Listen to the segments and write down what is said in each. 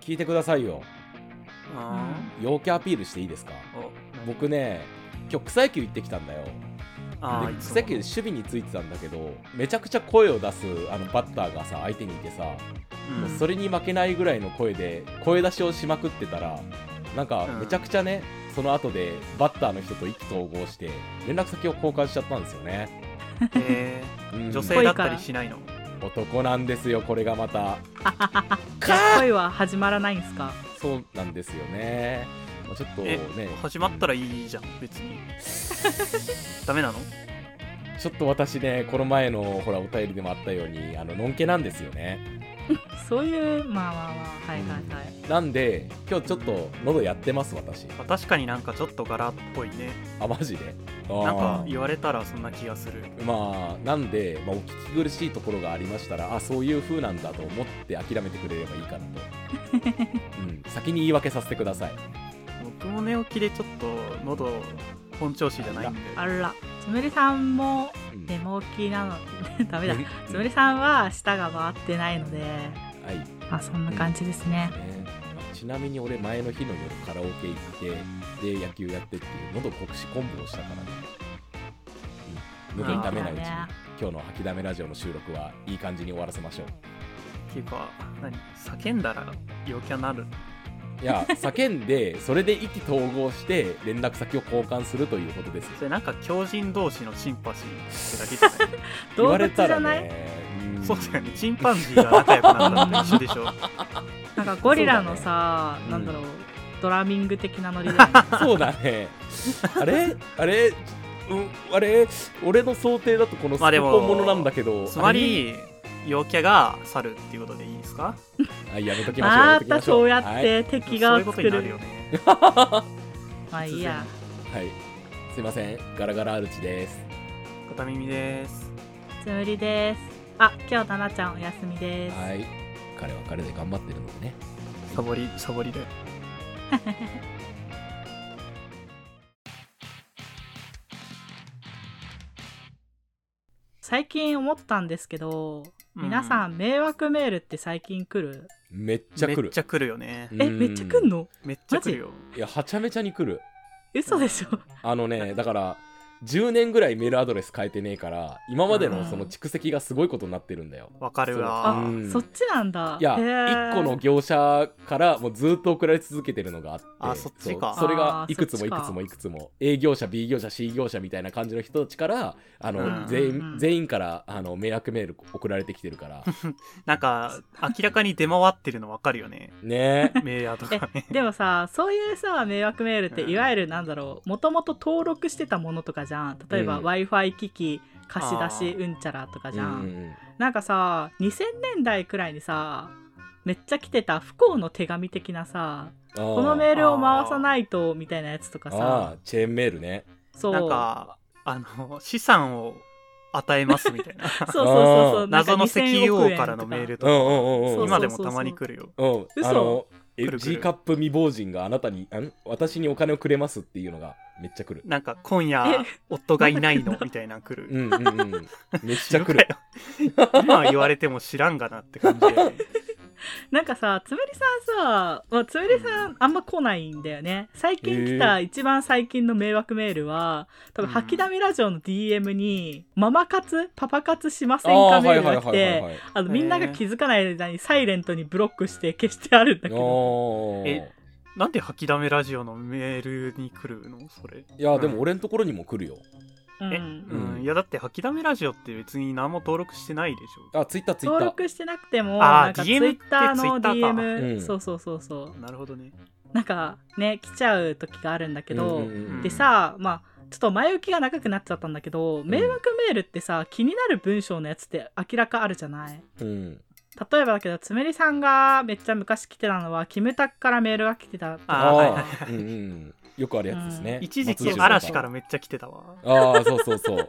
聞いてくださいよあ陽キャアピールしていいですかーお僕ね今日草野球行ってきたんだよあーでいつも草野球で守備についてたんだけどめちゃくちゃ声を出すあのバッターがさ相手にいてさ、もうそれに負けないぐらいの声で声出しをしまくってたらなんかうんめちゃくちゃね、その後でバッターの人と意気投合して連絡先を交換しちゃったんですよね、うんえうんー女性だったりしないの男なんですよこれがまたじゃあか恋は始まらないんすかそうなんですよね、まあ、ちょっとねえ始まったらいいじゃん別 にダメなのちょっと私ねこの前のほらお便りでもあったようにあののんけなんですよねそういうまあまあまあはいはいはい、なんで今日ちょっと喉やってます私まあ確かになんかちょっと柄っぽいねあマジであーなんか言われたらそんな気がするまあなんで、まあ、お聞き苦しいところがありましたらあそういう風なんだと思って諦めてくれればいいかなと、うん、先に言い訳させてください僕も寝起きでちょっと喉本調子じゃないんであらつむりさんもうん寝もきなのダメだうんつむりさんは舌が回ってないのではい、ねまあそんな感じですね、ちなみに俺前の日の夜カラオケ行ってで野球やってっていう喉酷使コンボをしたからね、うん、喉痛めないうちにそうだね今日の吐きだめラジオの収録はいい感じに終わらせましょうっていうか何叫んだら陽キャになるい や叫んでそれで意気投合して連絡先を交換するということですそれなんか強人同士のシンパシーってだけじゃない言 動わ物れじたらゃない、ねんそうだよねチンパンジーが仲良くなったのと一緒 でしょなんかゴリラのさ、そうだなねんだろう、ドラミング的なノリ だよねそうだ ね。あれあれうん、あれ俺の想定だとこのスまポあでもコンものなんだけど、つまり陽キャが猿っていうことでいいですかあれあやめときましょうまやめときたましょそううやはっいて敵そう側をいうことに作る、なるよねまあいいやはいすいませんガラガラアルチです片耳ですつむりですあ今日ななちゃんお休みです、はい彼は彼で頑張ってるのでねサボりサボりで最近思ったんですけど、皆さうん迷惑メールって最近来るめっちゃめ来っるちゃ来るよねえめっちゃ来んののめっちゃ来るよいやはちゃめちゃに来る嘘でしょあのねだから10年ぐらいメールアドレス変えてねえから今までうんのその蓄積がすごいことになってるんだよわかるあ、わうんそっちなんだいやへー1個の業者からもうずっと送られ続けてるのがあってあそっちかそうそれがあーいくつもいそっくちかつもいくつも A 業者 B 業者 C 業者みたいな感じの人たちからあの、うん全うんう員ん全員からあの迷惑メール送られてきてるからなんか明らかに出回ってるのわかる よねねメーヤーとかねでもさそういうさ迷惑メールってうんいわゆるなんだろうもともと登録してたものとかじゃん例えばうん w i f i 機器貸し出しあうんちゃらとかう じんうゃんうん、んなんかさ2000年代くらいにさめっちゃ来てた不幸の手紙的なさあこのメールを回さないとみたいなやつとかあさーチェーンメールねそうなんかあの資産を与えますみたいな そうそうそうそうなんか謎の石2000億円油王とからのメールとうんかうんうんうんそう今でもたまに来るようん嘘あのくるくる G カップ未亡人があなたにあん私にお金をくれますっていうのがめっちゃ来るなんか今夜え夫がいないのみたいなの来るうんうんうん めっちゃ来る知らんかよ今言われても知らんがなって感じでなんかさつむりさんさ、まあ、つむりさんあんま来ないんだよね最近来た一番最近の迷惑メールは多分うん吐きだめラジオの DM に「ママ活パパ活しませんあーか?」メはーいルはいがは来いはいてはいあのみんなが気づかない間にサイレントにブロックして消してあるんだけどおーえなんで吐きだめラジオのメールに来るのそれいやでも俺のところにも来るようえ、うんんいやだって吐きだめラジオって別に何も登録してないでしょあツイッターツイッ登ター録してなくてもあーなんか DM って Twitter の Twitter か DM、うんそうそうそうそうなるほどねなんかね来ちゃう時があるんだけど、うんうんうんでさまあちょっと前置きが長くなっちゃったんだけど、迷惑メールってさ気になる文章のやつって明らかあるじゃないうん例えばだけどつむりさんがめっちゃ昔来てたのはキムタクからメールが来てたあーはい あはいはあうんうんよくあるやつですね一時松期潤嵐からとめっちゃ来てたわ、ああそうそうそう うん、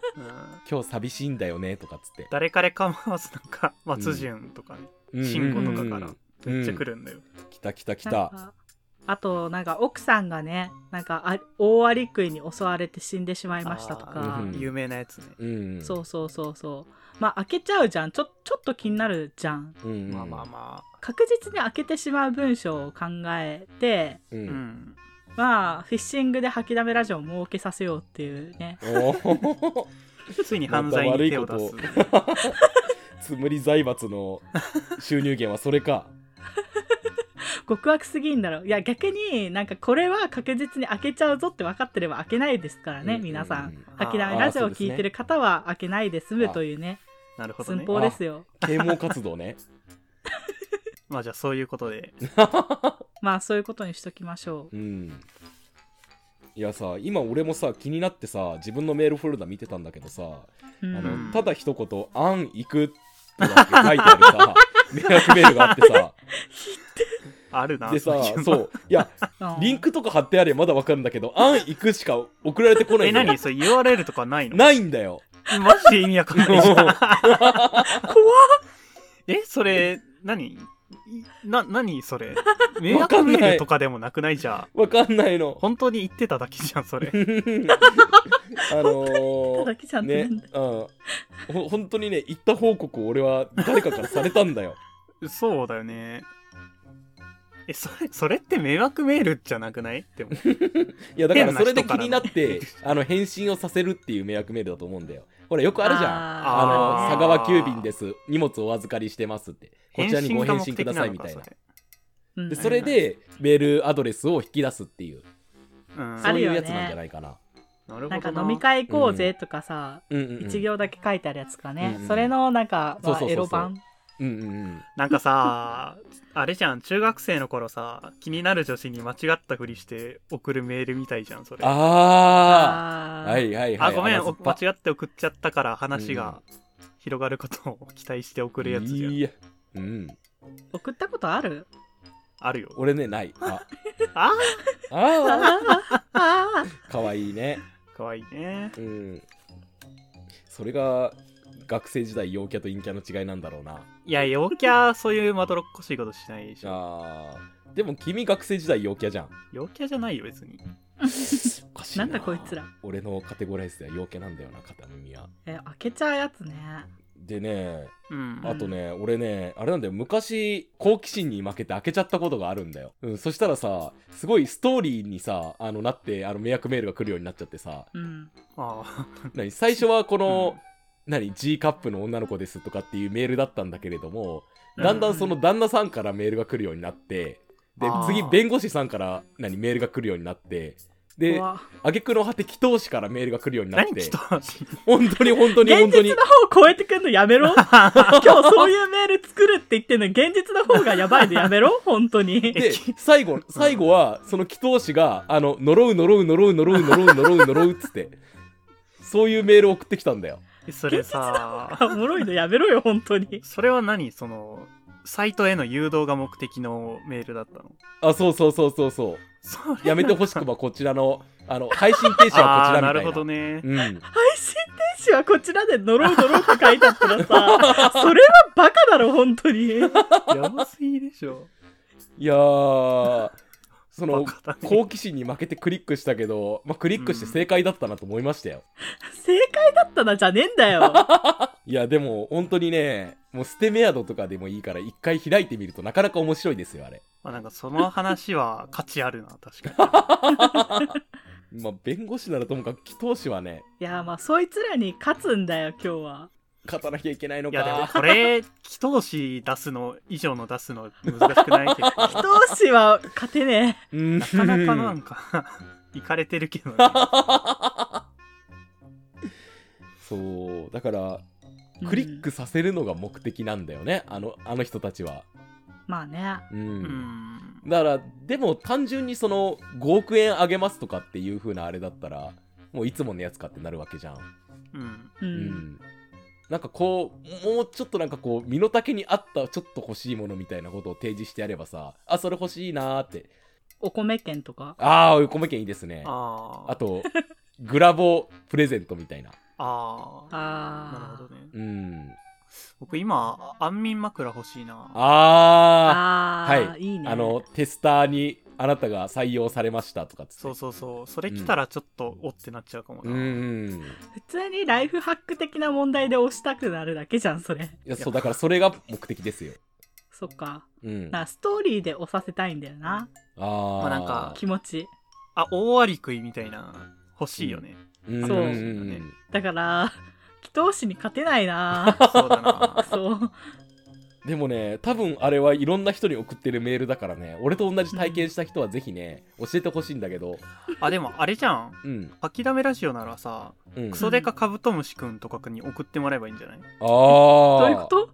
今日寂しいんだよねとかっつって誰彼構わずなんか松潤とかね、うん慎吾とかからうんめっちゃ来るんだよ、来た来た来なんたかあとなんか奥さんがねなんかあ大アリクイに襲われて死んでしまいましたとあかーうん有名なやつね、うんそうそうそうそうまあ開けちゃうじゃんちょちょっと気になるじゃんうんうんまあまあまあ確実に開けてしまう文章を考えてううんんまあフィッシングで吐きだめラジオを儲けさせようっていうねおーついに犯罪に手を出すまつむり財閥の収入源はそれか極悪すぎんだろいや逆になんかこれは確実に開けちゃうぞって分かってれば開けないですからね、うう皆さんあー吐きだめラジオを聞いてる方は開けないで済むというねなるほど寸ね法ですよ啓蒙活動ねまあじゃあそういうことでまあそういうことにしときましょううんいやさ今俺もさ気になってさ自分のメールフォルダ見てたんだけどさ、うあんのただ一言「あん行く」ってだけ書いてある さ迷惑メールがあってさあるな でさういうのそういやうんリンクとか貼ってあればまだわかるんだけど「あん行く」しか送られてこないえんだよ何それ URL とかないのないんだ よマジで意味わかんない じゃん怖っえそれ何いな何そ れ迷わか惑んないメールとかでもなくないじゃんわかんないの本当に言ってただけじゃんそれ あのーただ来ちゃってね、なんだ、うん、ほ 本当にね行った報告を俺は誰かからされたんだよそうだよねえそれそれって迷惑メールじゃなくない でもいやだから変なそ人れで気からになってあの返信をさせるっていう迷惑メールだと思うんだよほらよくあるじゃんあのあー佐川急便です荷物お預かりしてますってこちらにご返信くださいみたいなあのでんそれでメールアドレスを引き出すっていうそれ、うん、そうるいようねやつなんじゃないかな、なるほどなんかな飲み会行こうぜとかさ、うんうんうん一行だけ書いてあるやつかね、うんうんそれのなんか、まそあうそうそうそうエロ版うんうんうんなんかさあれじゃん中学生の頃さ気になる女子に間違ったふりして送るメールみたいじゃんそれあああーはいはいはいあごめん甘お酸っぱ間違って送っちゃったから話が広がることを期待して送るやつじゃん、いやうん送ったことあ るあるよ俺ねないあああああーかわいいねーかわいいねうん、それが学生時代陽キャと陰キャの違いなんだろうないや陽キャそういうまどろっこしいことしないでしょあーでも君学生時代陽キャじゃん陽キャじゃないよ別におかしいなんだこいつら俺のカテゴライズでは陽キャなんだよな片耳はえ開けちゃうやつねでねうんあとね、俺ねあれなんだよ昔好奇心に負けて開けちゃったことがあるんだよ、うん、そしたらさすごいストーリーにさあのなってあの迷惑メールが来るようになっちゃってさうんあー何最初はこの、何 G カップの女の子ですとかっていうメールだったんだけれどもだんだんその旦那さんからメールが来るようになってであー次弁護士さんから何メールが来るようになってで怖挙句の果て祈祷師からメールが来るようになっ何て人たし本当に本当に現本当実にの方を超えてくんのやめろ今日そういうメール作るって言ってんのに現実の方がやばいでやめろ本当にで最後最後はその祈祷師があの呪う呪う呪う呪う呪う呪う呪うっつってそういうメールを送ってきたんだよ それさおもろいのやめろよ本当にそれは何そのサイトへの誘導が目的のメールだったのあそうそうそうそうそそうやめてほしくばこちらのあの配信停止はこあちらみたあいななるほ どねうん配信停止はこちらで呪う呪うって書いてあったらさそれはバカだろ本当にやばすぎでしょいやーそのバカだね好奇心に負けてクリックしたけど、まあ、クリックして正解だったなと思いましたよ、正解だったなじゃねえんだよいやでも本当にねもうステメアドとかでもいいから一回開いてみるとなかなか面白いですよあれまあなんかその話は価値あるな確かまあ弁護士ならともかく祈祷師はねいやまあそいつらに勝つんだよ今日は勝たなきゃいけないの にいやでもかこれ祈祷師出すの以上の出すの難しくない結構 どうしは勝てねうんなかなかなんかいかれてるけどね そうだから えクリックさせるのが目的なんだよね、あのあの人たちはまあねううんんだからでも単純にその5億円あげますとかっていう風なあれだったらもういつものやつかってなるわけじゃん、うんうう、んなんかこうもうちょっとなんかこう身の丈に合ったちょっと欲しいものみたいなことを提示してやればさあそれ欲しいなーってお米券とかああお米券いいですねああーとグラボプレゼントみたいなあーなあるほどねうん僕今安眠枕欲しいなあーあああーはいいねのテスターにあなたが採用されましたとかっつってそうそうそうそれ来たらちょっとおってなっちゃうかもな、うんうん普通にライフハック的な問題で押したくなるだけじゃんそれいやそうだからそれが目的ですよそっかうんなストーリーで押させたいんだよなあーまあなんか気持ちあ大アリクイみたいな欲しいよね、うんそううんうんうんだから祈祷師に勝てな いなそうだなそうでもね多分あれはいろんな人に送ってるメールだからね俺と同じ体験した人はぜひね教えてほしいんだけどあでもあれじゃんうん「きだめラジオ」ならさうんクソデカカブトムシくんとかに送ってもらえばいいんじゃないああどういうこと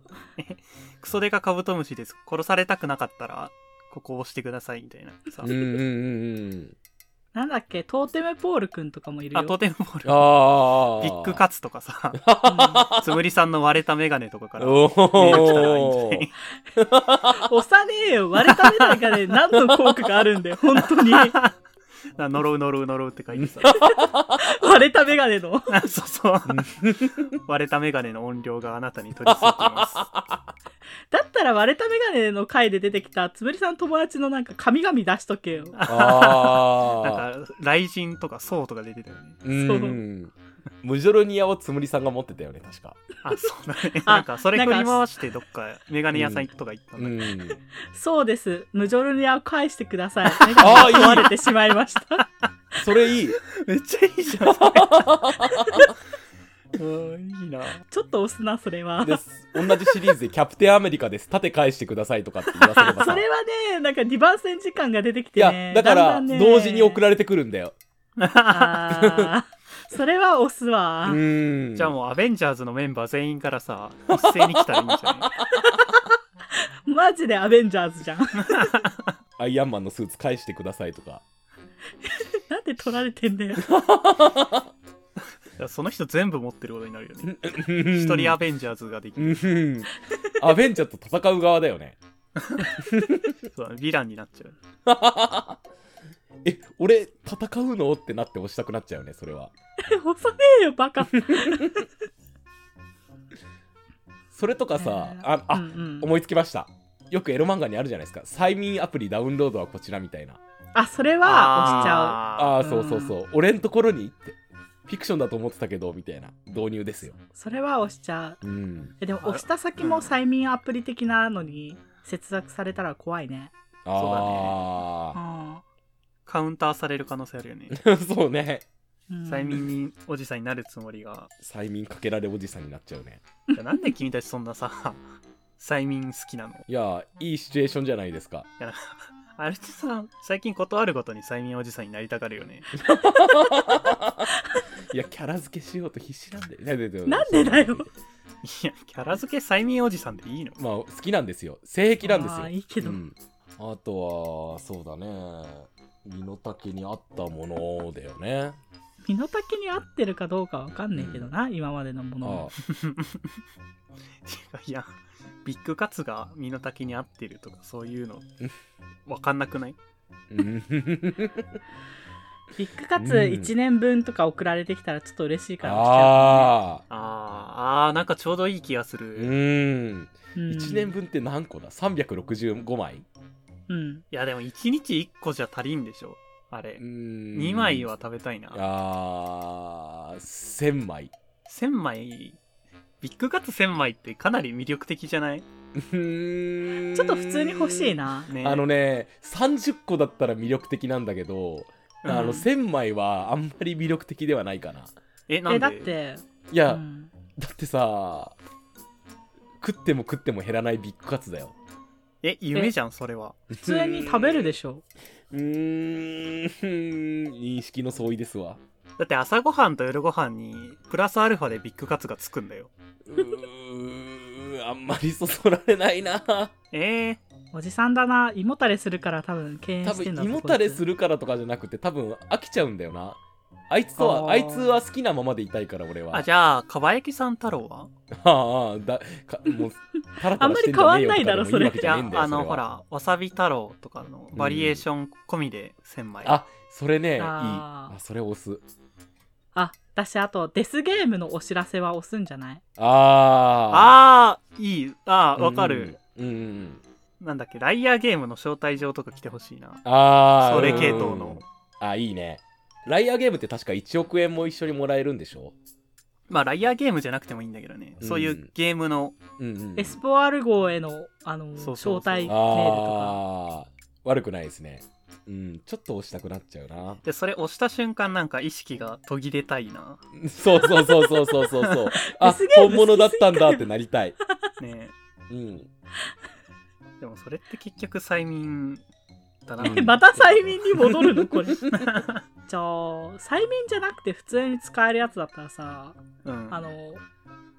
クソデカカブトムシです殺されたくなかったらここを押してくださいみたいなさ、うんうんうんうんなんだっけトーテムポールくんとかもいるよあトーテムボールああビッグカツとかさ うつむりさんの割れたメガネとかからおメール来たらいいんじゃおないん押さねえよ割れた目なんかで何の効果があるんだよ本当に割な呪う呪う呪うって書いてされた眼鏡のあ そうそう 割れたメガネの音量があなたに取り付いてますだったら割れた眼鏡の回で出てきたつぶりさんの友達のなんか神々出しとけよああなんか雷神とかそうとか出てたよねうんそうムジョロニアをつむりさんが持ってたよね確かあそうだねあなんかそれ振り回してどっかメガネ屋さんとか行ったんだうけどんそうです無情ルニアを返してくだ さい眼あーいい鏡が壊れてしまいましたそれいいめっちゃいいじゃんそ れうんいいなちょっと押すなそれはです同じシリーズで「キャプテンアメリカです盾返してください」とかって言わせれば そされはねなんか二番線時間が出てきいてねやだから同時に送られれてくるんだよあー それは押すわ、うんじゃあもうアベンジャーズのメンバー全員からさ一斉に来たらいいんじゃないマジでアベンジャーズじゃん アイアンマンのスーツ返してくださいとかなんで取られてんだよだからその人全部持ってることになるよね。一一人アベンジャーズができうる。んアベンジャーと戦う側だよねそうだねヴィランになっちゃう。え俺戦うのってなって押したくなっちゃうよねそれは押さねえよバカそれとかさああ、うんうん思いつきましたよくエロ漫画にあるじゃないですか催眠アプリダウンロードはこちらみたいなあそれは押しちゃうあああうーんそうそうそう俺んところにってフィクションだと思ってたけどみたいな導入ですよそれは押しちゃううんえでも押した先も催眠アプリ的なのに節約されたら怖いねうあん、ーカウンターされる可能性あるよね。あ そうねうん催眠におじさんになるつもりが。催眠かけられおじさんになっちゃうねいやなんで君たちそんなさ、 催眠好きなのいいやーいいシチュエーションじゃないですかやなあれってさ、最近断るごとに催眠おじさんになりたがるよね。いやキャラ付けしようと必死なんでいやでででなんでだいよや、キャラ付け催眠おじさんでいいのまあ好きなんですよ性癖なんですあよーいいけどうんあとはそうだね身の丈に合ったものだよね身の丈に合ってるかどうかわかんねえけどな、今までのものあもあ いや、ビッグカツが身の丈に合ってるとかそういうの、わかんなくないうんビッグカツうん1年分とか送られてきたらちょっと嬉 しいから押しちゃあああー、あーなんかちょうどいい気がする。うーんう、うん、 1年分って何個だ365枚うんいやでも1日1個じゃ足りんでしょあれ2 2枚は食べたいなあー1000枚1000枚ビッグカツ1000枚ってかなり魅力的じゃないうーんちょっと普通に欲しいなねあのね30個だったら魅力的なんだけどうんあの1000枚はあんまり魅力的ではないかなえなんえでだって、いうや、ん、だってさ食っても食っても減らないビッグカツだよえ夢じゃんそれは普普通に食べるでしょうーん認識の相違ですわだって朝ごはんと夜ごはんにプラスアルファでビッグカツがつくんだようーんあんまりそそられない なえー、おじさんだな胃もたれするから多分敬遠多して分んだ胃もたれするるからとかじゃなくて多分飽きちゃうんだよなあいつとはあーあいつは好きなままでいたいから俺はあじゃあかば焼きさん太郎はああああだかもうタラタラしてんじゃねえよとかでもいいわけいじゃやねえんだよあのそれはほらわさび太郎とかのバリエーション込みで1000枚あそれねいいあーあそれ押すあ私あとデスゲームのお知らせは押すんじゃないあああーいいあーわかる、うんうんなんだっけ、ライアーゲームの招待状とか来てほしいな。ああそれ系統のあいいねライアーゲームって確か1億円も一緒にもらえるんでしょまあ、ライアーゲームじゃなくてもいいんだけどね。うんそういうゲームの、うんうんエスポワール号へのあそのうそうそう招待メールとかああ悪くないですねうんちょっと押したくなっちゃうな で、それ押した瞬間なんか意識が途切れたい な。そうそうそうそうそうそうそうあすげえ本物だったんだってなりたいねうんえでもそれって結局催眠だな。うん また催眠に戻るのこれ じゃあ催眠じゃなくて普通に使えるやつだったらさうん。ああの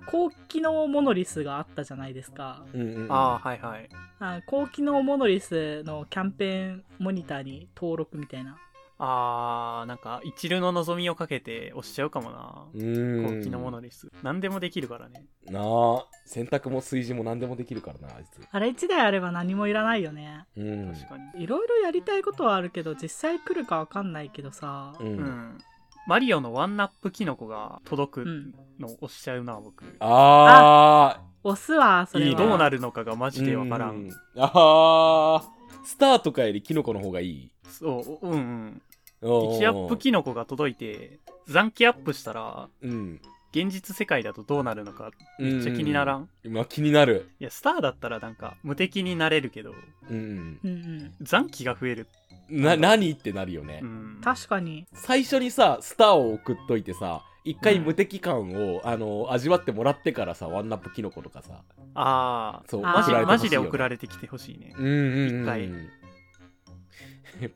高機能モノリスがあったじゃないですかうんうんうんあー、はいはい。あ高機能モノリスのキャンペーンモニターに登録みたいなあー、なんか、一流の望みをかけて押しちゃうかもな。うーん高機のものです。何でもできるからね。なあ洗濯も炊事も何でもできるからなあいつあれ1台あれば何もいらないよねうん確かに。いろいろやりたいことはあるけど実際来るかわかんないけどさ、うんうん。マリオのワンナップキノコが届くうんのを押しちゃうな、僕。ああ押すわそれはいいねどうなるのかがマジでわわからん。ああスターとかよりキノコの方がいいそう、うんおうん。ー1アップキノコが届いて、残機アップしたら、うん現実世界だとどうなるのか、めっちゃ気にならん。まあ気になるいや、スターだったらなんか、無敵になれるけど、うんうんうん残機が増える。な何ってなるよね、うん。確かに最初にさスターを送っといてさ一回無敵感を、あの味わってもらってからさワンナップキノコとかさあそうあ、マジ送られてほしいよねマジで送られてきてほしいね。うんうんうん一回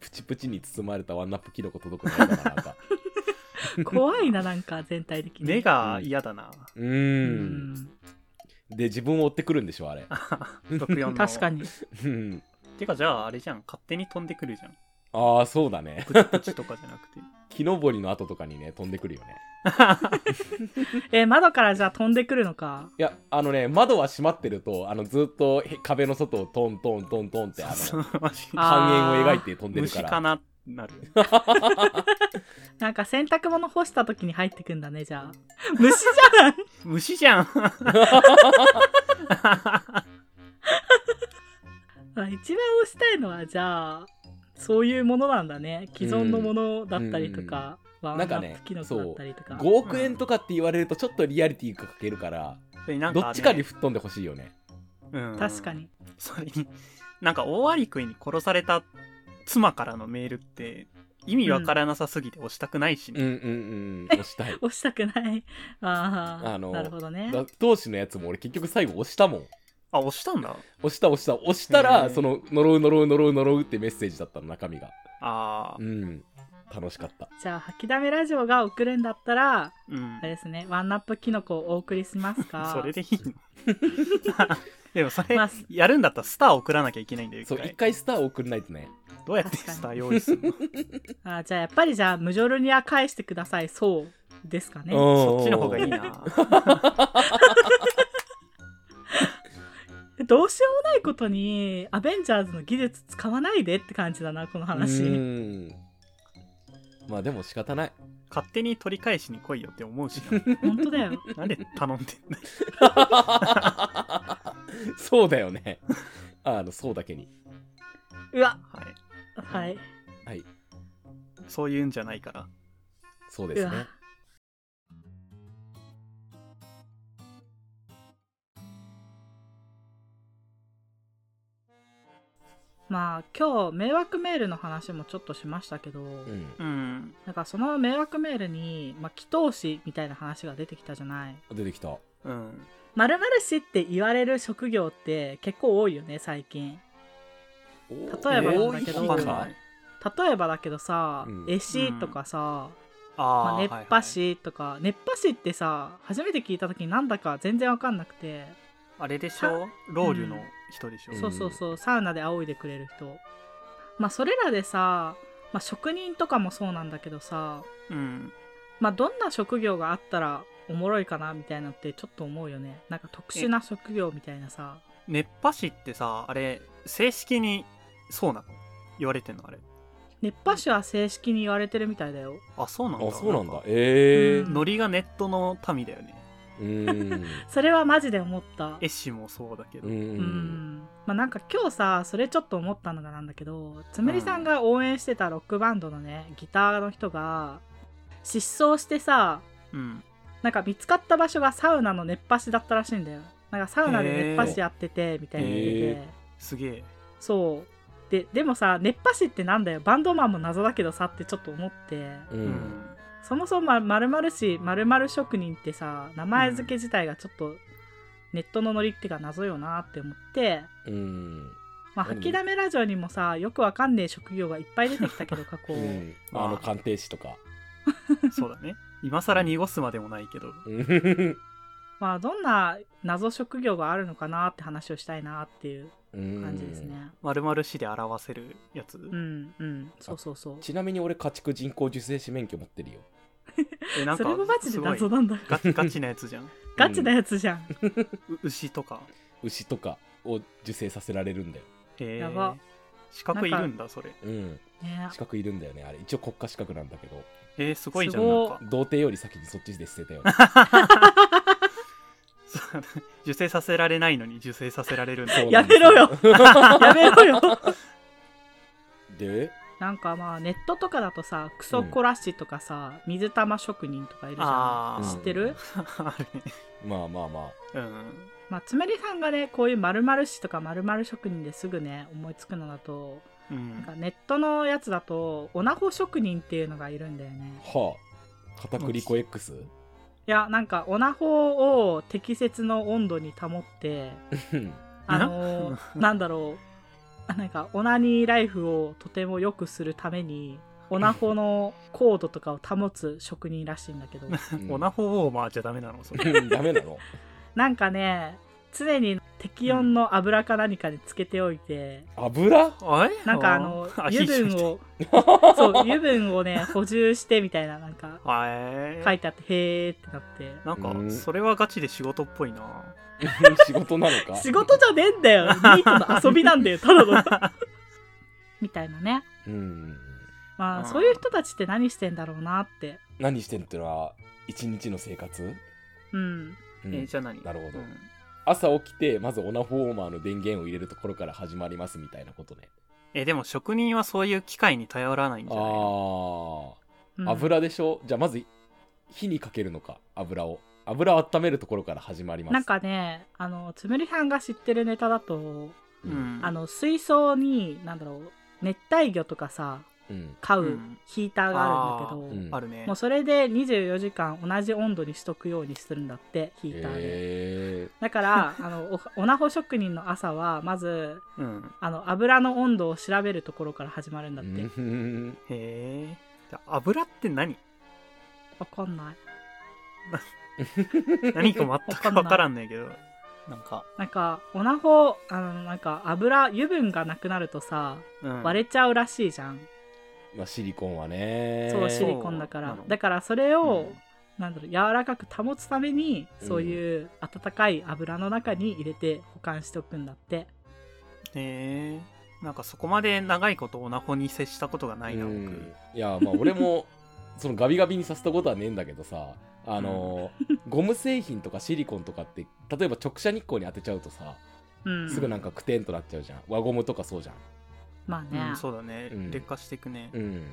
プチプチに包まれたワンナップキノコ届くの嫌だななんか怖いななんか全体的に目が嫌だな。ううんんで自分を追ってくるんでしょあれ 64の。確かにうんてかじゃああれじゃん勝手に飛んでくるじゃ んああそうだねプチプチとかじゃなくて木登りの後とかにね飛んでくるよねえ窓からじゃあ飛んでくるのかいやあのね窓は閉まってるとあのずっとへ壁の外をトントントントンってあ そうのマジあ半円を描いて飛んでるか虫らかななるなんか洗濯物干した時に入ってくんだねじゃあ虫じゃん虫じ ゃんあ一番押したいのはじゃあそういうものなんだね既存のものだったりとか、ワンなナんかねップキノコだったりとか5億円とかって言われるとちょっとリアリティが欠けるから、それなんか、ね、どっちかに吹っ飛んでほしいよね。うん確かにそれになんか大アリクイに殺された妻からのメールって意味わからなさすぎて押したくないしうんね、うんうん、押したい。押したくないあああのなるほどねだ当時のやつも俺結局最後押したもん。あ押したんだ押した押した押したへらーその呪う呪う呪う呪うってメッセージだったの中身が。あうーん、楽しかった。じゃあ吐きだめラジオが送るんだったらうんあれですねワンナップキノコをお送りします かそれでいいのでもそれまあすやるんだったらスター送らなきゃいけないんだよそ一う一回回スター送んないとね。どうやってスター用意するのあじゃあやっぱりじゃあ無情ルには返してくださいそうですかねうんそっちの方がいいな。どうしようもないことにアベンジャーズの技術使わないでって感じだなこの話、うん。まあでも仕方ない。 勝手に取り返しに来いよって思うし本 当だよな。なんで頼んでんだよそうだよね。 あのそうだけに。うわはい。はいはい、そういうんじゃないから。そうですうねわ。まあ今日迷惑メールの話もちょっとしましたけど、うん。うん。なんかその迷惑メールに、まあ、祈祷師みたいな話が出てきたじゃない出てきた。うん。 〇〇師って言われる職業って結構多いよね最近例ばなんだけどわかんない。例えばだけどさ、うん絵師とかさ、まああ、あ。熱波師とか、熱波師ってさ初めて聞いた時になんだか全然わかんなくて、あれでしょロウリュの人でしょうんそうそうそうサウナで仰いでくれる人まあそれらでさ、まあ、職人とかもそうなんだけどさうん。まあどんな職業があったらおもろいかなみたいなのってちょっと思うよねなんか特殊な職業みたいなさ熱波師ってさ、あれ、正式にそうなの言われてんのあれ。熱波師は正式に言われてるみたいだよあ、そうなんだ。あそうなんだかええうんノリがネットの民だよね。うーんそれはマジで思った絵師もそうだけど、ううんんまあなんか今日さそれちょっと思ったのがなんだけどつむりさんが応援してたロックバンドのねギターの人が失踪してさうんなんか見つかった場所がサウナの熱波師だったらしいんだよなんかサウナで熱波師やっててみたいに言ってて、へすげえそうででもさ熱波師ってなんだよバンドマンも謎だけどさってちょっと思ってううんんそもそもまる師まる職人ってさ名前付け自体がちょっとネットのノリっていうか謎よなって思って、うんまあ、うん吐きだめラジオにもさよくわかんねえ職業がいっぱい出てきたけど過去、うんあの鑑定士とかそうだね今更濁すまでもないけどうんまあどんな謎職業があるのかなって話をしたいなっていう感感じですね丸々詩で表せるやつ、うんうんそうそうそうちなみに俺家畜人工受精子免許持ってるよえなんそかれもマジですごい謎なんだよガチガチなやつじゃんうガチなやつじゃん牛とか牛とかを受精させられるんだよへえやば資格いるんだそれうんね資格いるんだよねあれ一応国家資格なんだけどえー、すごいじゃすんごないんか 童貞より先にそっちで捨てたよ ねそう受精させられないのに受精させられるんだそうなやんですめろよやめろよ でなんかまあネットとかだとさクソコラシとかさ、水玉職人とかいるじゃんあー知ってる、 あ、あるねまあまあまあうんまあつめりさんがねこういう〇〇師とか〇〇職人ですぐね思いつくのだとうなんんかネットのやつだとオナホ職人っていうのがいるんだよねはあ片栗粉 X? いやなんかオナホを適切の温度に保ってうんあのーなんだろうあなんかオナニーライフをとても良くするためにオナホの高度とかを保つ職人らしいんだ けどうんオナホウォーマーじゃダメなのそれうんダメ なのなんかね、常に適温の油か何かにつけておいて、 油あれなんかあの、油分を、そう、油分をね、補充してみたいな、なんか、はい書いてあって、へーってなって。なんうかんそれはガチで仕事っぽいな仕事なのか仕事じゃねえんだよ。ニートの遊びなんだよ、ただの。 みたいなね。うんまうあ、んそういう人たちって何してんだろうなって。何してんってのは一日の生活、うん。うんえーじゃあ何なるほどうん朝起きてまずオナフォーマーの電源を入れるところから始まりますみたいなことねえーでも職人はそういう機械に頼らないんじゃないのあうあん、油でしょじゃあまず火にかけるのか油を油を温めるところから始まりますなんかね、あの、つむりさんが知ってるネタだと、う、うんんあの、水槽に、なんだろう、熱帯魚とかさ、うん飼ううんヒーターがあるんだけど、うんあるねもうそれで24時間同じ温度にしとくようにするんだってヒーターで、へだからあのおオナホ職人の朝はまずうんあの油の温度を調べるところから始まるんえだっうて、ん へえ油って何わかんない何か全く分からんねんけどなんか、なんかオナホあのなんか油油分がなくなるとさうん、割れちゃうらしいじゃん、まあシリコンはねそうシリコンだからそうだからそれを、うんなんだろう柔らかく保つためにそういう温かい油の中に入れて保管しておくんだって、へえなんかそこまで長いことオナホに接したことがないな、うんいやまあ俺も そのガビガビにさせたことはねえんだけどさあのーゴム製品とかシリコンとかって例えば直射日光に当てちゃうとさうん、すぐなんかクテンとなっちゃうじゃん輪ゴムとかそうじゃんまあ僕、ね、うん、そうだね、うん劣化していくね、うん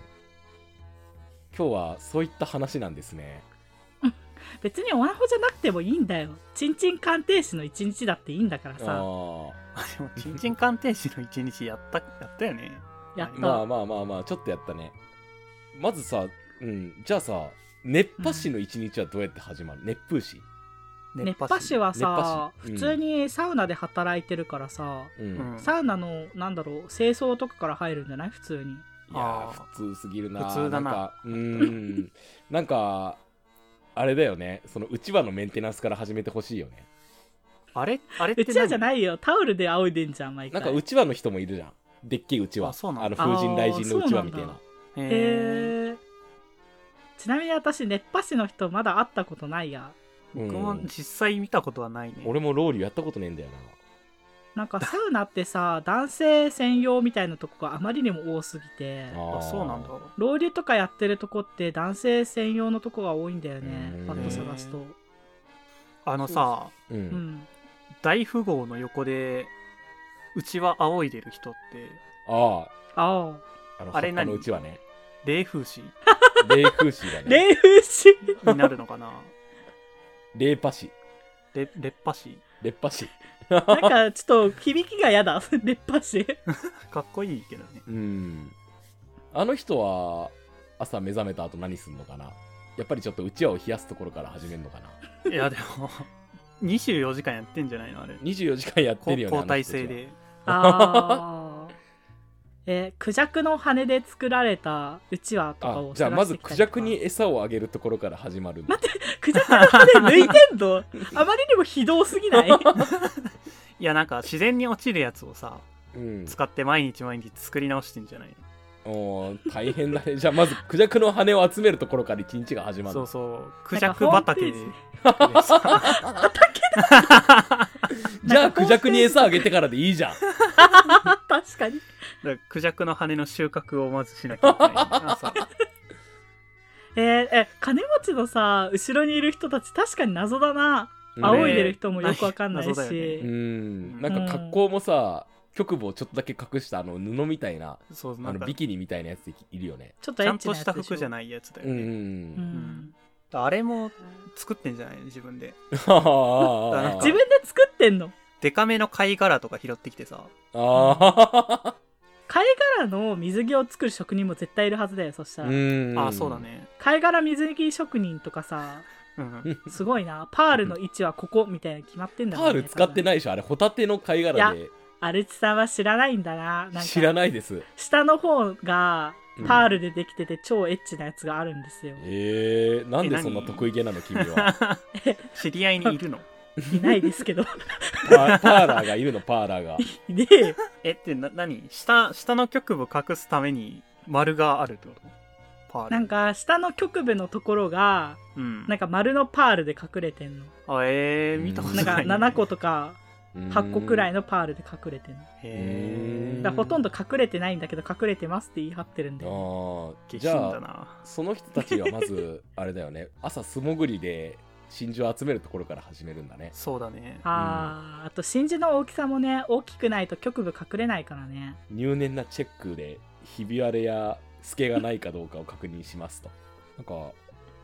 今日はそういった話なんですね別にオナホじゃなくてもいいんだよちんちん鑑定士の一日だっていいんだからあさーあでもちんちん鑑定士の一日やったやったよねやった、まあまあまあまあちょっとやったねまずさ、うん、じゃあさ熱波師の一日はどうやって始まる、熱風師、熱波師はさ熱波師うん普通にサウナで働いてるからさ、うんういん、サウナのなんだろう清掃とかから入るんじゃない普通にやーあー普通すぎるな普通だなんかうーんなんかあれだよねそのうちわのメンテナンスから始めてほしいよねあれあれってうちわじゃないいよタオルで仰いでんじゃん毎なん回かうちわの人もいるじゃんでっけいうちわあそうなんのだ風神雷神のうちわみたいあーそうなんなだへえへえちなみに私熱波師の人まだ会ったことないやうん僕も実際見たことはないね、俺もロウリュやったことねえんだよなんかサウナってさ男性専用みたいなとこがあまりにも多すぎてなーあそうなんだロウリュとかやってるとこって男性専用のとこが多いんだようねんパッと探すとあのさうんう、ん大富豪の横でうちは仰いでる人ってああああのあれ葉っぱの何うちはね霊風師霊風刺だあ ね霊風師になるのか な霊波師れ烈波師霊波師なんかちょっと響きが嫌だ烈波師かっこいいけどねうんあの人は朝目覚めた後何すんのかなやっぱりちょっとうちわを冷やすところから始めるのかないやでも24時間やってんじゃないのあれ24時間やってこるよね交代制で ああえクジャクの羽で作られたうちわとあのか人をたちはあじゃあ探ましてずきたクりジとャかクに餌をあげるところから始まるんだクジャクの羽抜いてんのあまりにも非道すぎないいやなんか自然に落ちるやつをさうん使って毎日毎日作り直してんじゃないおー大変だねじゃあまずクジャクの羽を集めるところから一日が始まるそのうそうクジャク畑でなんじゃあクジャクに餌あげてからでいいじゃん確かにだからクジャクの羽の収穫をまずしなきゃいけない朝 えーえ金持ちのさ後ろにいる人たち確かに謎だなうん仰いでる人もよくわかんない謎だし、ようねんなんか格好もさ局部をちょっとだけ隠したあの布みたいなそうなあんのかビキニみたいなやついるよねちょっとちエゃッんチなとやしつたでしょ服じゃないやつだようんね、うんううんんあれも作ってんじゃない自分で ああああああ自分で作ってんのデカめの貝殻とか拾ってきてさあ貝殻の水着を作る職人も絶対いるはずだよそしたあら、うんあそうだね貝殻水着職人とかさうんすごいなパールの位置はここみたいなの決まってんだパもんール使ってないないでしょあれホタテの貝殻でアルチさんは知らないんだななんか知らないです下の方がパールでできてて超エッチなやつがあるんです よ、えー、なんでそんな得意げなの君は 知り合いにいるのいないですけどパパーラーがいるのパーラー がでえってな何下下の局部隠すために丸があるってことパールなんか下の局部のところがうんなんか丸のパールで隠れてんのあえー、見たことなないんかね、 7個とか8個くらいののパールで隠れてんのだかへうんらーほとんど隠れてないんだけど隠れてますって言い張ってるんでああ激じ震ゃだあなその人たちはまずあれだよね朝素潜りで真珠を集めるところから始めるんだねそうだねあーあと真珠の大きさもね大きくないと局部隠れないからね入念なチェックでひび割れや透けがないかどうかを確認しますとなんか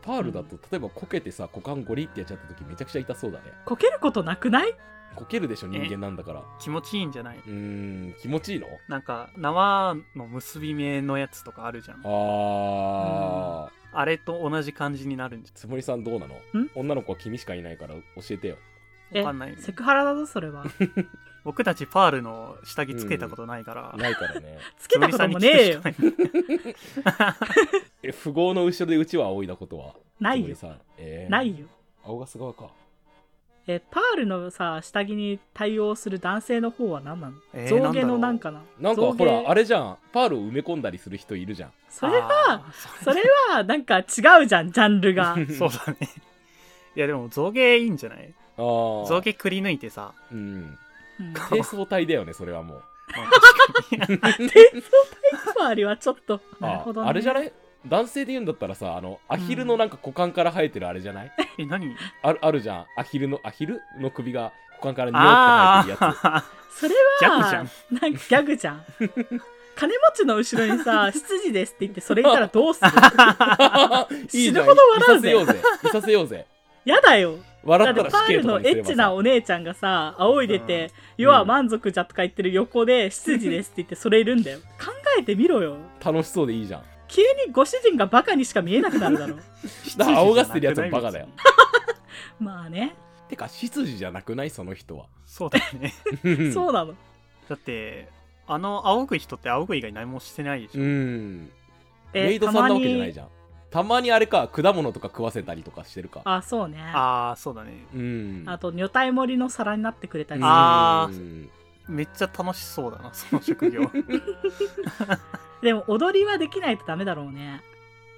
パールだと例えばこけてさ股間ゴリってやっちゃった時めちゃくちゃ痛そうだねこけることなくないこけるでしょ人間なんだから気持ちいいんじゃないうーん気持ちいいのなんか縄の結び目のやつとかあるじゃんあー、あれと同じ感じになるんじつもりさんどうなの女の子は君しかいないから教えてよゃんわかんないセクハラだぞそれは僕たちパールの下着つけたことないから、ないから ねつけたこともねえよつむぎさんに聞くしえ富豪の後ろでうちは仰いだことはなついむりよさんえー、ないよ青ガス側かえパールのさ下着に対応する男性の方は何なの、えー象牙のなんかななんか象ほ牙らあれじゃんパールを埋め込んだりする人いるじゃんそれはあーそれはなんか違うじゃんジャ ン ルがそうだねいやでも造形いいんじゃないあー造形くり抜いてさうんうん低層体だよねそれはもうまあ確かに低層体周りはちょっと なあるほど、ね、あれじゃないい男性で言うんだったらさあのアヒルのなんか股間から生えてるあれじゃない、え何あるあるじゃんアヒルのアヒルの首が股間からニョーあって生えてるやつあそれギャはグ じゃんなんかギャグじゃ ん金持ちの後ろにさ「執事です」って言ってそれ言ったら どうするいいじゃん 死ぬほど笑ういさせぜようぜいさせようぜやだよだ笑っってたパら死ー刑ルとかのにすエれッばさチなお姉ちゃんがさ仰いでて「うん世は満足じゃ」とか言ってる横で「執事です」って言ってそれいるんだよ考えてみろよ楽しそうでいいじゃん急にご主人がバカにしか見えなくなるだろうだから青が捨てるやつもバカだよ まあね、てか執事じゃなくないその人はそうだよねうそうなのだってあの仰ぐ人って仰ぐ以外何もしてないでしょ、うんえメイドさんなわけじゃないじゃんたまにあれか果物とか食わせたりとかしてるかあそうねあああそうだねうんと女体盛りの皿になってくれたりするあーうんめっちゃ楽しそうだなその 職業でも踊りはできないとダメだろうね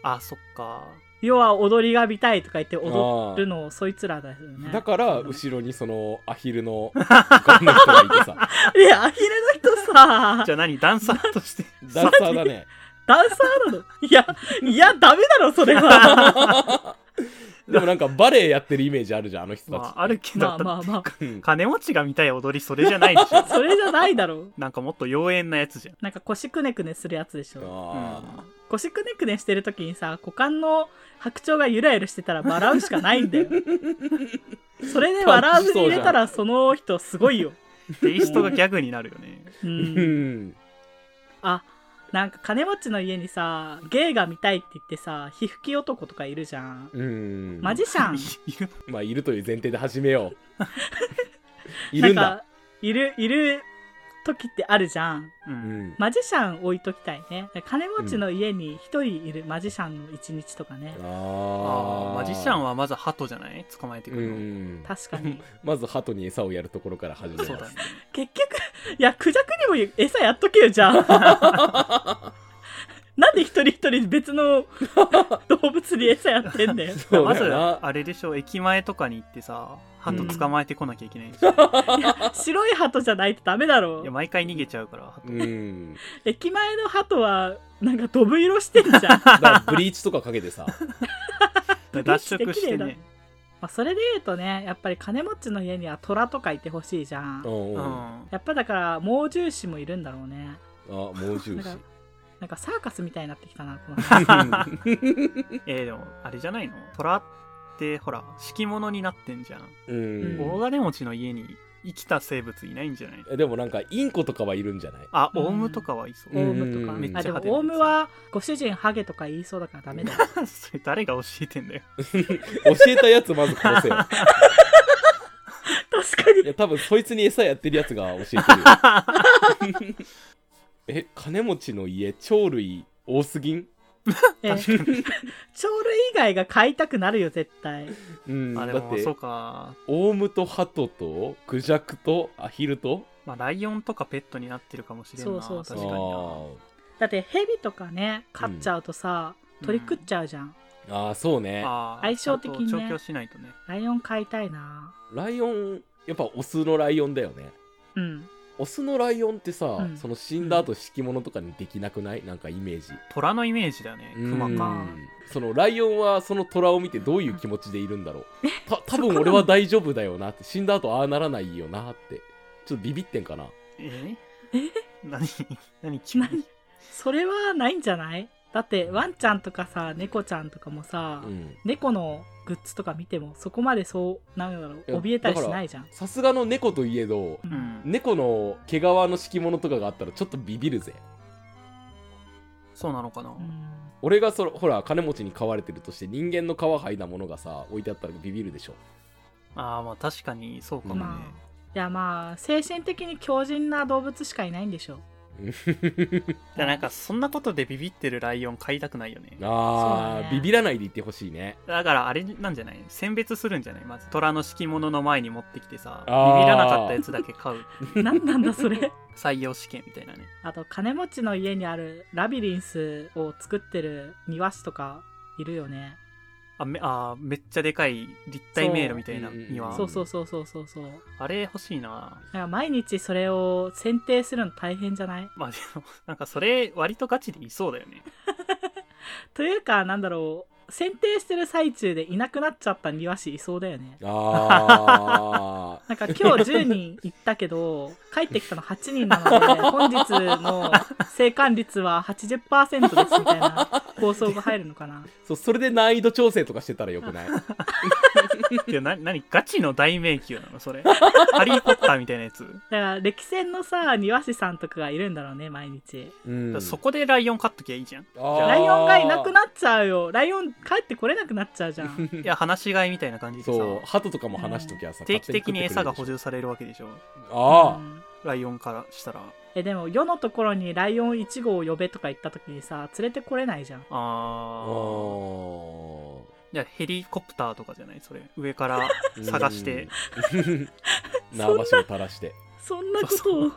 あそっか要は踊りが見たいとか言って踊あるーのをそいつらだよねだから後ろにそのアヒルの他の人がいてさいやアヒルの人さじゃあ何ダンサーとして ダンサーだねダンサーなのいやいやダメだろそれはでもなんかバレエやってるイメージあるじゃんあの 人たち、 まあ、あるけど、まあまあまあうん金持ちが見たい踊りそれじゃないでし ょそれじゃないだろうなんかもっと妖艶なやつじゃんなんか腰くねくねするやつでしょあ腰くねくねしてる時にさ股間の白鳥がゆらゆらしてたら笑うしかないん だよそれで笑わずに入れたらその人すごいよ、テイストがギャグになるよねう、ーうん んあなんか金持ちの家にさ芸が見たいって言ってさ皮膚き男とかいるじゃんうんマジシャンいるまあいるという前提で始めよ う いるんなんだかいるいる時ってあるじゃんううんんマジシャン置いときたいね金持ちの家に一人いるマジシャンの一日とかねあ、あーーマジシャンはまずハトじゃない捕まえてくうるの、ん確かにまず鳩に餌をやるところから始めますそうだね結局いやクジャクにも餌やっとけよじゃあ なんで一人一人別の動物に餌やってんだよ そうまだずよなあれでしょ駅前とかに行ってさハト捕まえてこなきゃいけないでしょ、 白い鳩じゃないとダメだろいや毎回逃げちゃうからハうトん駅前の鳩はなんかドブ色してんじゃ んまだからブリーチとかかけて さ脱色してできれねあそれで言うとねやっぱり金持ちの家には虎とかいてほしいじゃんうんううんんあやっぱだから猛獣士もいるんだろうね猛獣士なんかなんかサーカスみたいになってきたなこ の えー、でもあれじゃないの虎ってほら敷物になってんじゃんうう大ん金持ちの家に生きた生物いないんじゃないえでもなんかインコとかはいるんじゃないあオウムとかはいそうオうウんムとうんめっちかゃあでも派手なオやウつムはご主人ハゲとか言いそうだから ダメだよ それ誰が教えてんだよ。教えたやつまず殺せ よ確かにいや多分そいつに餌やってるやつが教え てるよえ金持ちの家鳥類多すぎんえー 鳥類以外が飼いたくなるよ絶対 うんあ、だでっも、てそうか。オウムとハトとクジャクとアヒルとまあ、ライオンとかペットになってるかもしれんな。そうそうそう確かにな。だってヘビとかね飼っちゃうとさ、うん鳥食っちゃうじゃんあーあーそうねあー相性的にねちゃんと調教しないとね。ライオン飼いたいなライオンやっぱオスのライオンだよねうんオスのライオンってさ、うんその死んだ後敷物とかにできなくないなんかイメージ虎のイメージだよね。熊うんか。そのライオンはその虎を見てどういう気持ちでいるんだろ うた多分俺は大丈夫だよなって死んだ後ああならないよなってちょっとビビってんかなええ何 何急に何それはないんじゃないだってワンちゃんとかさ猫ちゃんとかもさ、うん猫のグッズとか見てもそこまでそうなんだろいやう怯えたりしないじゃんさすがの猫といえどううんん。猫の毛皮の敷物とかがあったらちょっとビビるぜそうなのかな。うん俺がそのほら金持ちに飼われてるとして人間の皮剥いだものがさ置いてあったらビビるでしょああ、まあ確かにそうかもねま。あいやまあ精神的に強靭な動物しかいないんでしょ でなんかそんなことでビビってるライオン飼いたくないよね。あそうー、だねビビらないでいってほしいねだからあれなんじゃない選別するんじゃないまず虎の敷物の前に持ってきてさ、ビあービらなかったやつだけ飼う。何なんだそれ採用試験みたいなね。あと金持ちの家にあるラビリンスを作ってる庭師とかいるよねあめあーめっちゃでかい立体迷路みたいなそうには、んそうそうそうそうそうそうだかあれ欲しいなら毎日それを剪定するの大変じゃない まあでも なんかそれ割とガチでいそうだよねというかなんだろう剪定してる最中でいなくなっちゃった庭師いそうだよねあなんか今日10人行ったけど帰ってきたの8人なので本日の生還率は80%ですみたいな放送が入るのかなー そうそれで難易度調整とかしてたらよく ないいやな何ガチの大迷宮なの それハリー・ポッターみたいなやつ、だから歴戦のさ庭師さんとかがいるんだろうね毎日うんそこでライオン飼っときゃいいじゃんあーライオンがいなくなっちゃうよライオン帰ってこれなくなっちゃうじゃんいや放し飼いみたいな感じでさそう鳩とかも話しときゃさ定期的に餌が補勝充されるわけでしょ手に食ってくれるでしょうあんライオンからしたらえでも世のところにライオン1号を呼べとか言った時にさ連れてこれないじゃんああーいやヘリコプターとかじゃないそれ上からうん 探してうん縄ばしを垂らしてそんなこそとうを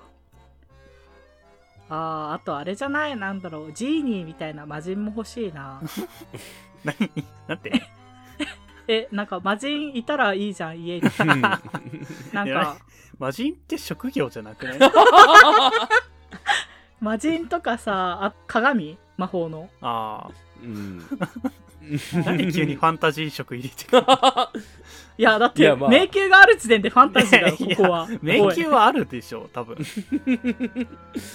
あーあとあれじゃないなんだろうジーニーみたいな魔人も欲しいな何 なんてえなんか魔人いたらいいじゃん家になんいやか魔人って職業じゃなくない 魔人とかさあ鏡魔法のああうんなんで急にファンタジー色入れ てくるいや、だっいて、やまあ迷宮がある時点でファンタジーだろ、こいやこは。迷おい宮はあるでしょう 多分い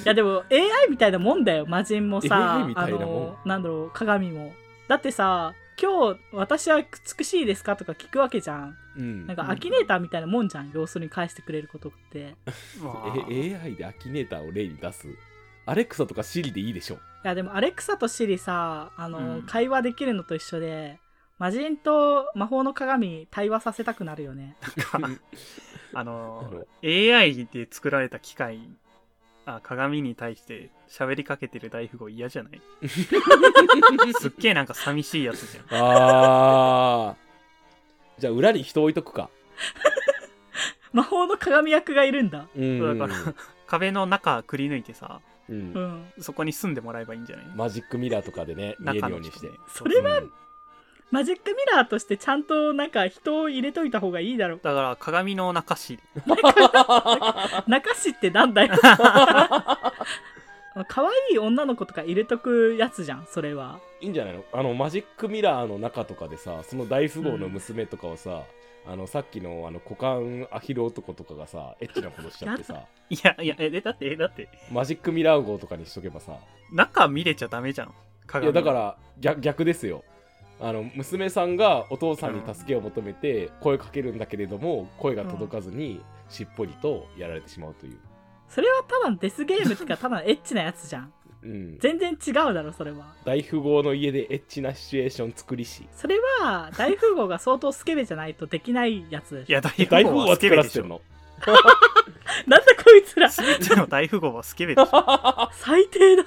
やでも AI みたいなもんだよ魔人もさ AI みたいなもんあのなんだろう鏡もだってさ今日私は美しいですかとか聞くわけじゃんうんなんうんかアキネーターみたいなもんじゃん、要するに返してくれるこ とっていまあえ AI でアキネーターを例に出すアレクサとかシリでいいでしょやでもアレクサとシリさあの、うん会話できるのと一緒で魔人と魔法の鏡対話させたくなる よねなんかあの AI で作られた機械あ鏡に対して喋りかけてる大富豪嫌じゃない すっげえなんか寂しいやつじゃんあー じゃあ裏に人置いとくか魔法の鏡役がいるんだうんだから 壁の中くり抜いてさうんうんそこに住んでもらえばいいんじゃないマジックミラーとかでね見えるようにして中の人ねそれはうんマジックミラーとしてちゃんとなんか人を入れといた方がいいだろだから鏡の中市中市ってな んだよ可愛い女の子とか入れとくやつじゃんそれはいいんじゃないのあのマジックミラーの中とかでさその大富豪の娘とかをさ、あのさっきのあの股間アヒル男とかがさエッチなことしちゃってさい やいやえだってえだってマジックミラー号とかにしとけばさ中見れちゃダメじゃんい鏡やだから逆逆ですよあの娘さんがお父さんに助けを求めて声かけるんだけれども声が届かずにしっぽりとやられてしまうという、それはただのデスゲームっていうかただのエッチなやつじゃんうん、全然違うだろそれは大富豪の家でエッチなシチュエーション作りしそれは大富豪が相当スケベじゃないとできないやつでしいょや大大富富豪豪ははスケ作ベらでせしてょるのなんだこいつら全ての大富豪はスケ ベでしょ最低だ、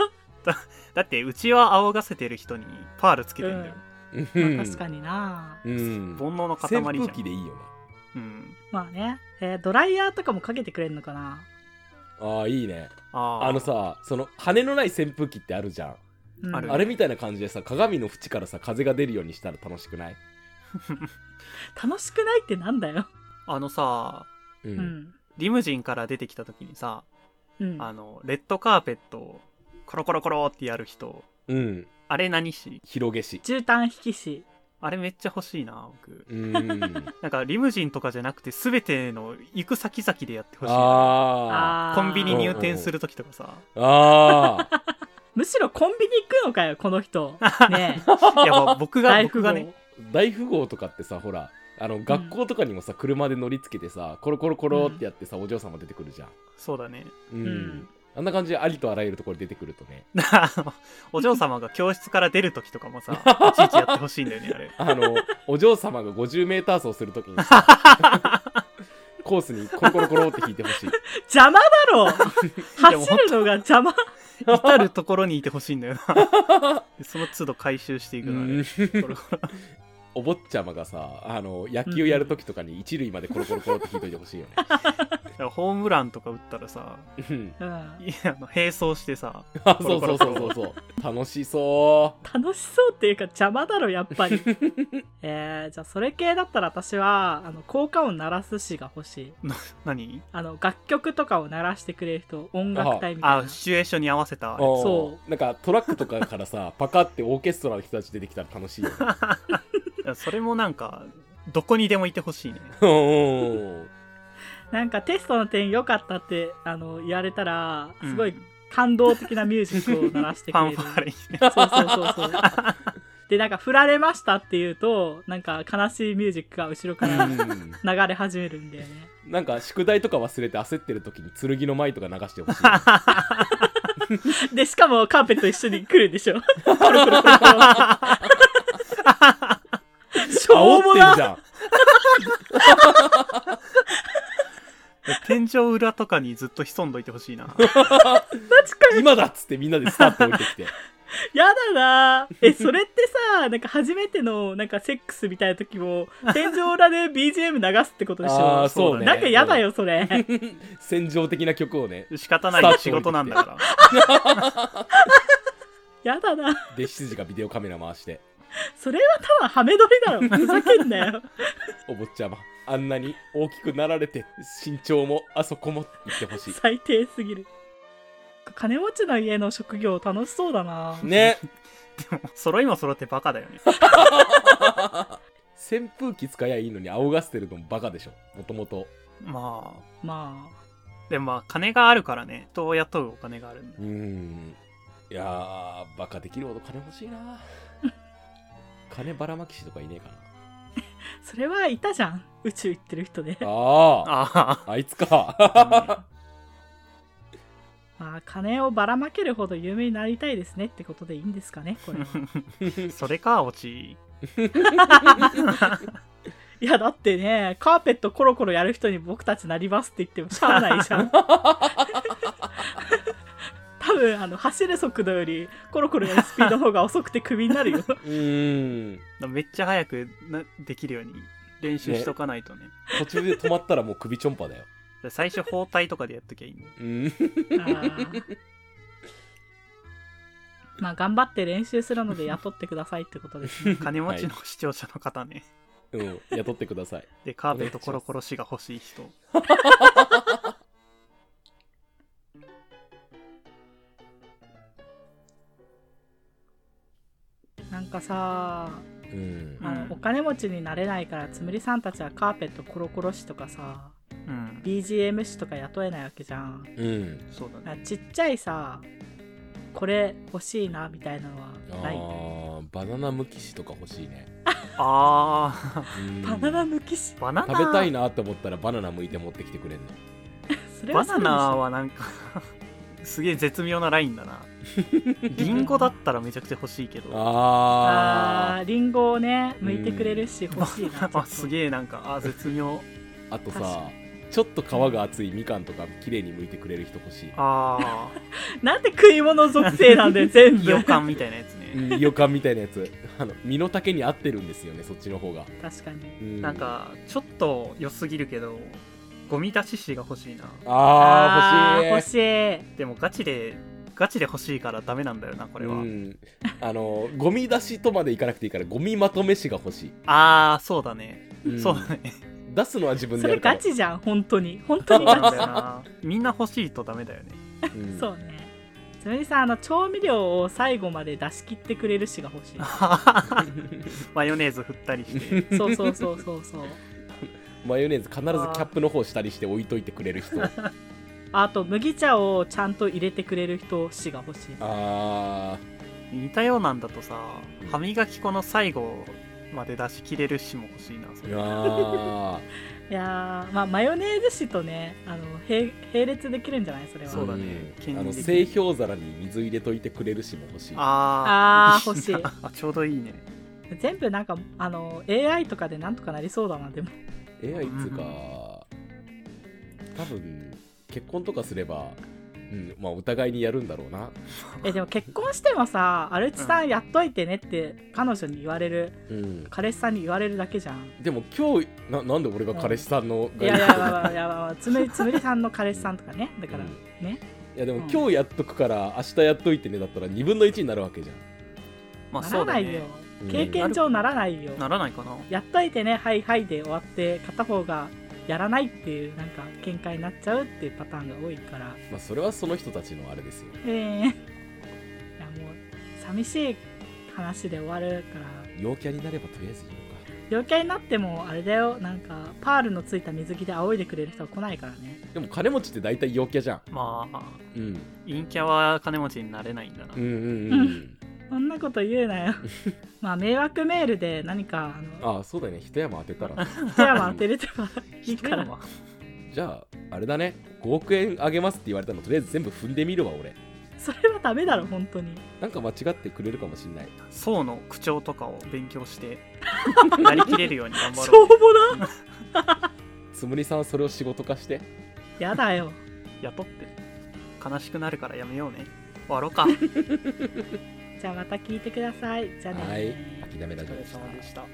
だってうちは仰がせてる人にパールつけてんだよ、まあ確かに、になうん、煩悩の塊じゃ扇ん風機でいいよねうん、まあね、えードライヤーとかもかけてくれるのかなああいいねあーあのさその羽のない扇風機ってあるじゃん、うんあるあれみたいな感じでさ鏡の縁からさ風が出るようにしたら楽しくない、楽しくないってなんだよあのさううんんリムジンから出てきた時にさうんあのレッドカーペットをコロコロコロってやる人うんあれ何し広げし絨毯引きしあれめっちゃ欲しいな僕うんなんかリムジンとかじゃなくて全ての行く先々でやってほしいなああーコンビニ入店する時とかさーあーむしろコンビニ行くのかよこ の人ねえいやまあ僕が僕がね大富豪とかってさほらあの学校とかにもさ車で乗りつけてさコロコロコロってやってさ、お嬢様出てくるじゃんそうだね うん、うんあんな感じでありとあらゆるところに出てくるとねあのお嬢様が教室から出る時とかもさいちいちやってほしいんだよねあ れあのお嬢様が 50m 走するときにさコースにコロコロコロって引いてほしい邪魔だろでも走るのが邪魔至る所にいてほしいんだよな でその都度回収していくのあれコロコロお坊ちゃまがさあの野球やるときとかに一塁までコロコロコロって引いといてほしいよねいや ホームランとか打ったらさうんうんいやあの並走してさあ そうそうそうそうそう楽しそ楽しそうっていうか邪魔だろやっぱりえー、じゃあそれ系だったら私はあの効果音鳴らすしが欲しい何あの楽曲とかを鳴らしてくれる人音楽隊みたいあなシチュエーションに合わせたうあれそうなんかトラックとかからさパカってオーケストラの人たち出てきたら楽しいよねいや それもなんかどこにでもいてほしいねうんなんかテストの点良かったってあの言われたらうんすごい感動的なミュージックを鳴らしてフくァンれるファーレにねそうそうそうそうでなんか振られましたっていうとなんか悲しいミュージックが後ろからうん流れ始めるんだよねなんか宿題とか忘れて焦ってる時に剣の舞とか流して ほしいで、しかもカーペット一緒に来るで しょ。コロコロコロコロ煽っしょうもてるなじゃん天井裏とかにずっと潜んどいてほしいな今だっつってみんなでスタート降りてきてやだなえ、それってさ、なんか初めての、なんかセックスみたいな時も、天井裏で BGM 流すってことでしあょー。そうねなんかやだよ、それ。 戦場的な曲をね仕方ない仕事なんだからやだなで執事がビデオカメラ回してそれは多分ハメ撮りだろ。ふざけん なよ。お坊ちゃまあんなに大きくなられて身長もあそこも言ってほしい最低すぎる。金持ちの家の職業楽しそうだなねでも、揃いも揃ってバカだよね。扇風機使いゃいいのに仰がせてるのもバカでしょもともとまあ、までもまあ、金があるからね、人を雇うお金があるんでう。ーんいやーバカできるほど金欲しいな金ばらまき師とかいねえかなあそれはいたじゃん宇宙行ってる人でああああいつかあ、まあ金をばらまけるほど有名になりたいですねってことでいいんですかねこれは うんそれか、落ち。いやだってねカーペットコロコロやる人に僕たちなりますって言ってもしゃあないじゃん 多分あの走る速度よりコロコロやるスピードの方が遅くてクビにな るようーんめっちゃ早くなできるように練習しとかないとね。途中で止まったらもう首ちょんぱだよ最初、包帯とかでやっときゃいい の。うーんあーまあ頑張って練習するので雇ってくださいってことですね金持ちの視聴者の方ね。うん雇ってくださいで、カーペットコロコロ師が欲しい人。なんかさうんあの、うんお金持ちになれないからつむりさんたちはカーペットコロコロ師とかさうん。 BGM 師とか雇えないわけじゃんうんそうだね。あちっちゃいさこれ欲しいなみたいなのはあないーバナナむき師とか欲しいねあうーんバナナ抜きしあ、バナナ。食べたいなって思ったらバナナ剥いて持ってきてくれんのそれバはナそうでしょナはなんか すげえ絶妙なライン だなリンゴだったらめちゃくちゃ欲しいけどああーリンゴをね剥いてくれるし欲しいなちょっ とあすげえなんかあ絶妙ーあと確さかちょっと皮が厚いみかんとか綺麗に剥いてくれる人欲しいあ なんで食い物属性なん だよ全あ部予感みたいなやつね、うん予感みたいなやつ あの身の丈に合ってるんですよねそっちの方が、確かにうんなんかちょっと良すぎるけどゴミ出し師が欲しいなあーー欲欲しいしいでもガチでガチで欲しいからダメなんだよなこれは、うん、あのゴミ出しとまでいかなくていいからゴミまとめしが欲しい、ああそうだね、んそうだね出すのは自分そでやれるかガらチじゃん本当に本そ当うになんガだチよなみんな欲しいとダメだ よねうんそうねつむりさんあの調味料を最後まで出し切ってくれるしが欲し マヨネーズ振ったりしていそうそうそうそうそうマヨネーズ必ずキャップの方したりして置いといてくれる人あと麦茶をちゃんと入れてくれる人しが欲しいあ似たようなんだとさ歯磨き粉の最後まで出し切れるしも欲しいなそーれあいやーまあマヨネーズ紙とねあの並並列できるんじゃないそれはそうだねんあの権利的に製氷皿に水入れといてくれるしも欲しいあーあー欲しいな あちょうどいいね全部なんかあの AI とかでなんとかなりそうだなでも AI つううんか多分結婚とかすれば、うんまあ、お互いにやるんだろうな、えでも結婚してもさアルチさんやっといてねって彼女に言われるうん、彼氏さんに言われるだけじゃんでも今日ななんで俺が彼氏さんのい概やい念やいやいやいやつむりつむりさんの彼氏さんとかねだからねいやでもうん今日やっとくから明日やっといてねだったら2分の1になるわけじゃんまあなそらうだないよねうん経験上ならないよならないかなやっといてねはいはいで終わって片方がやらないっていうなんか見解になっちゃうっていうパターンが多いからまあ、それはその人たちのあれですよええ いやもう寂しい話で終わるから陽キャになればとりあえずいいのか病気になってもあれだよなんかパールのついた水着で仰いでくれる人は来ないからねでも金持ちって大体陽キャじゃん、まあうん、陰キャは金持ちになれないんだな、うんうんうんそんなこと 言うなよまあ迷惑メールで何かあああそうだね一山当てたらの一山当てるとかいい人かはらじゃああれだね5億円あげますって言われたのとりあえず全部踏んでみるわ俺 それはダメだろ本当になんか間違ってくれるかもしんない層の口調とかを勉強して なりきれるように頑張しろょううもなつむりさんはそれを仕事化してやだよ雇って悲しくなるからやめようね終わろうかじゃあまた聞いてくださいじゃあねはい諦めおな疲がられでした様でした